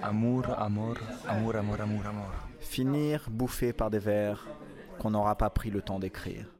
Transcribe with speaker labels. Speaker 1: Amour, amour, amour, amour, amour, amour.
Speaker 2: Finir bouffé par des vers qu'on n'aura pas pris le temps d'écrire.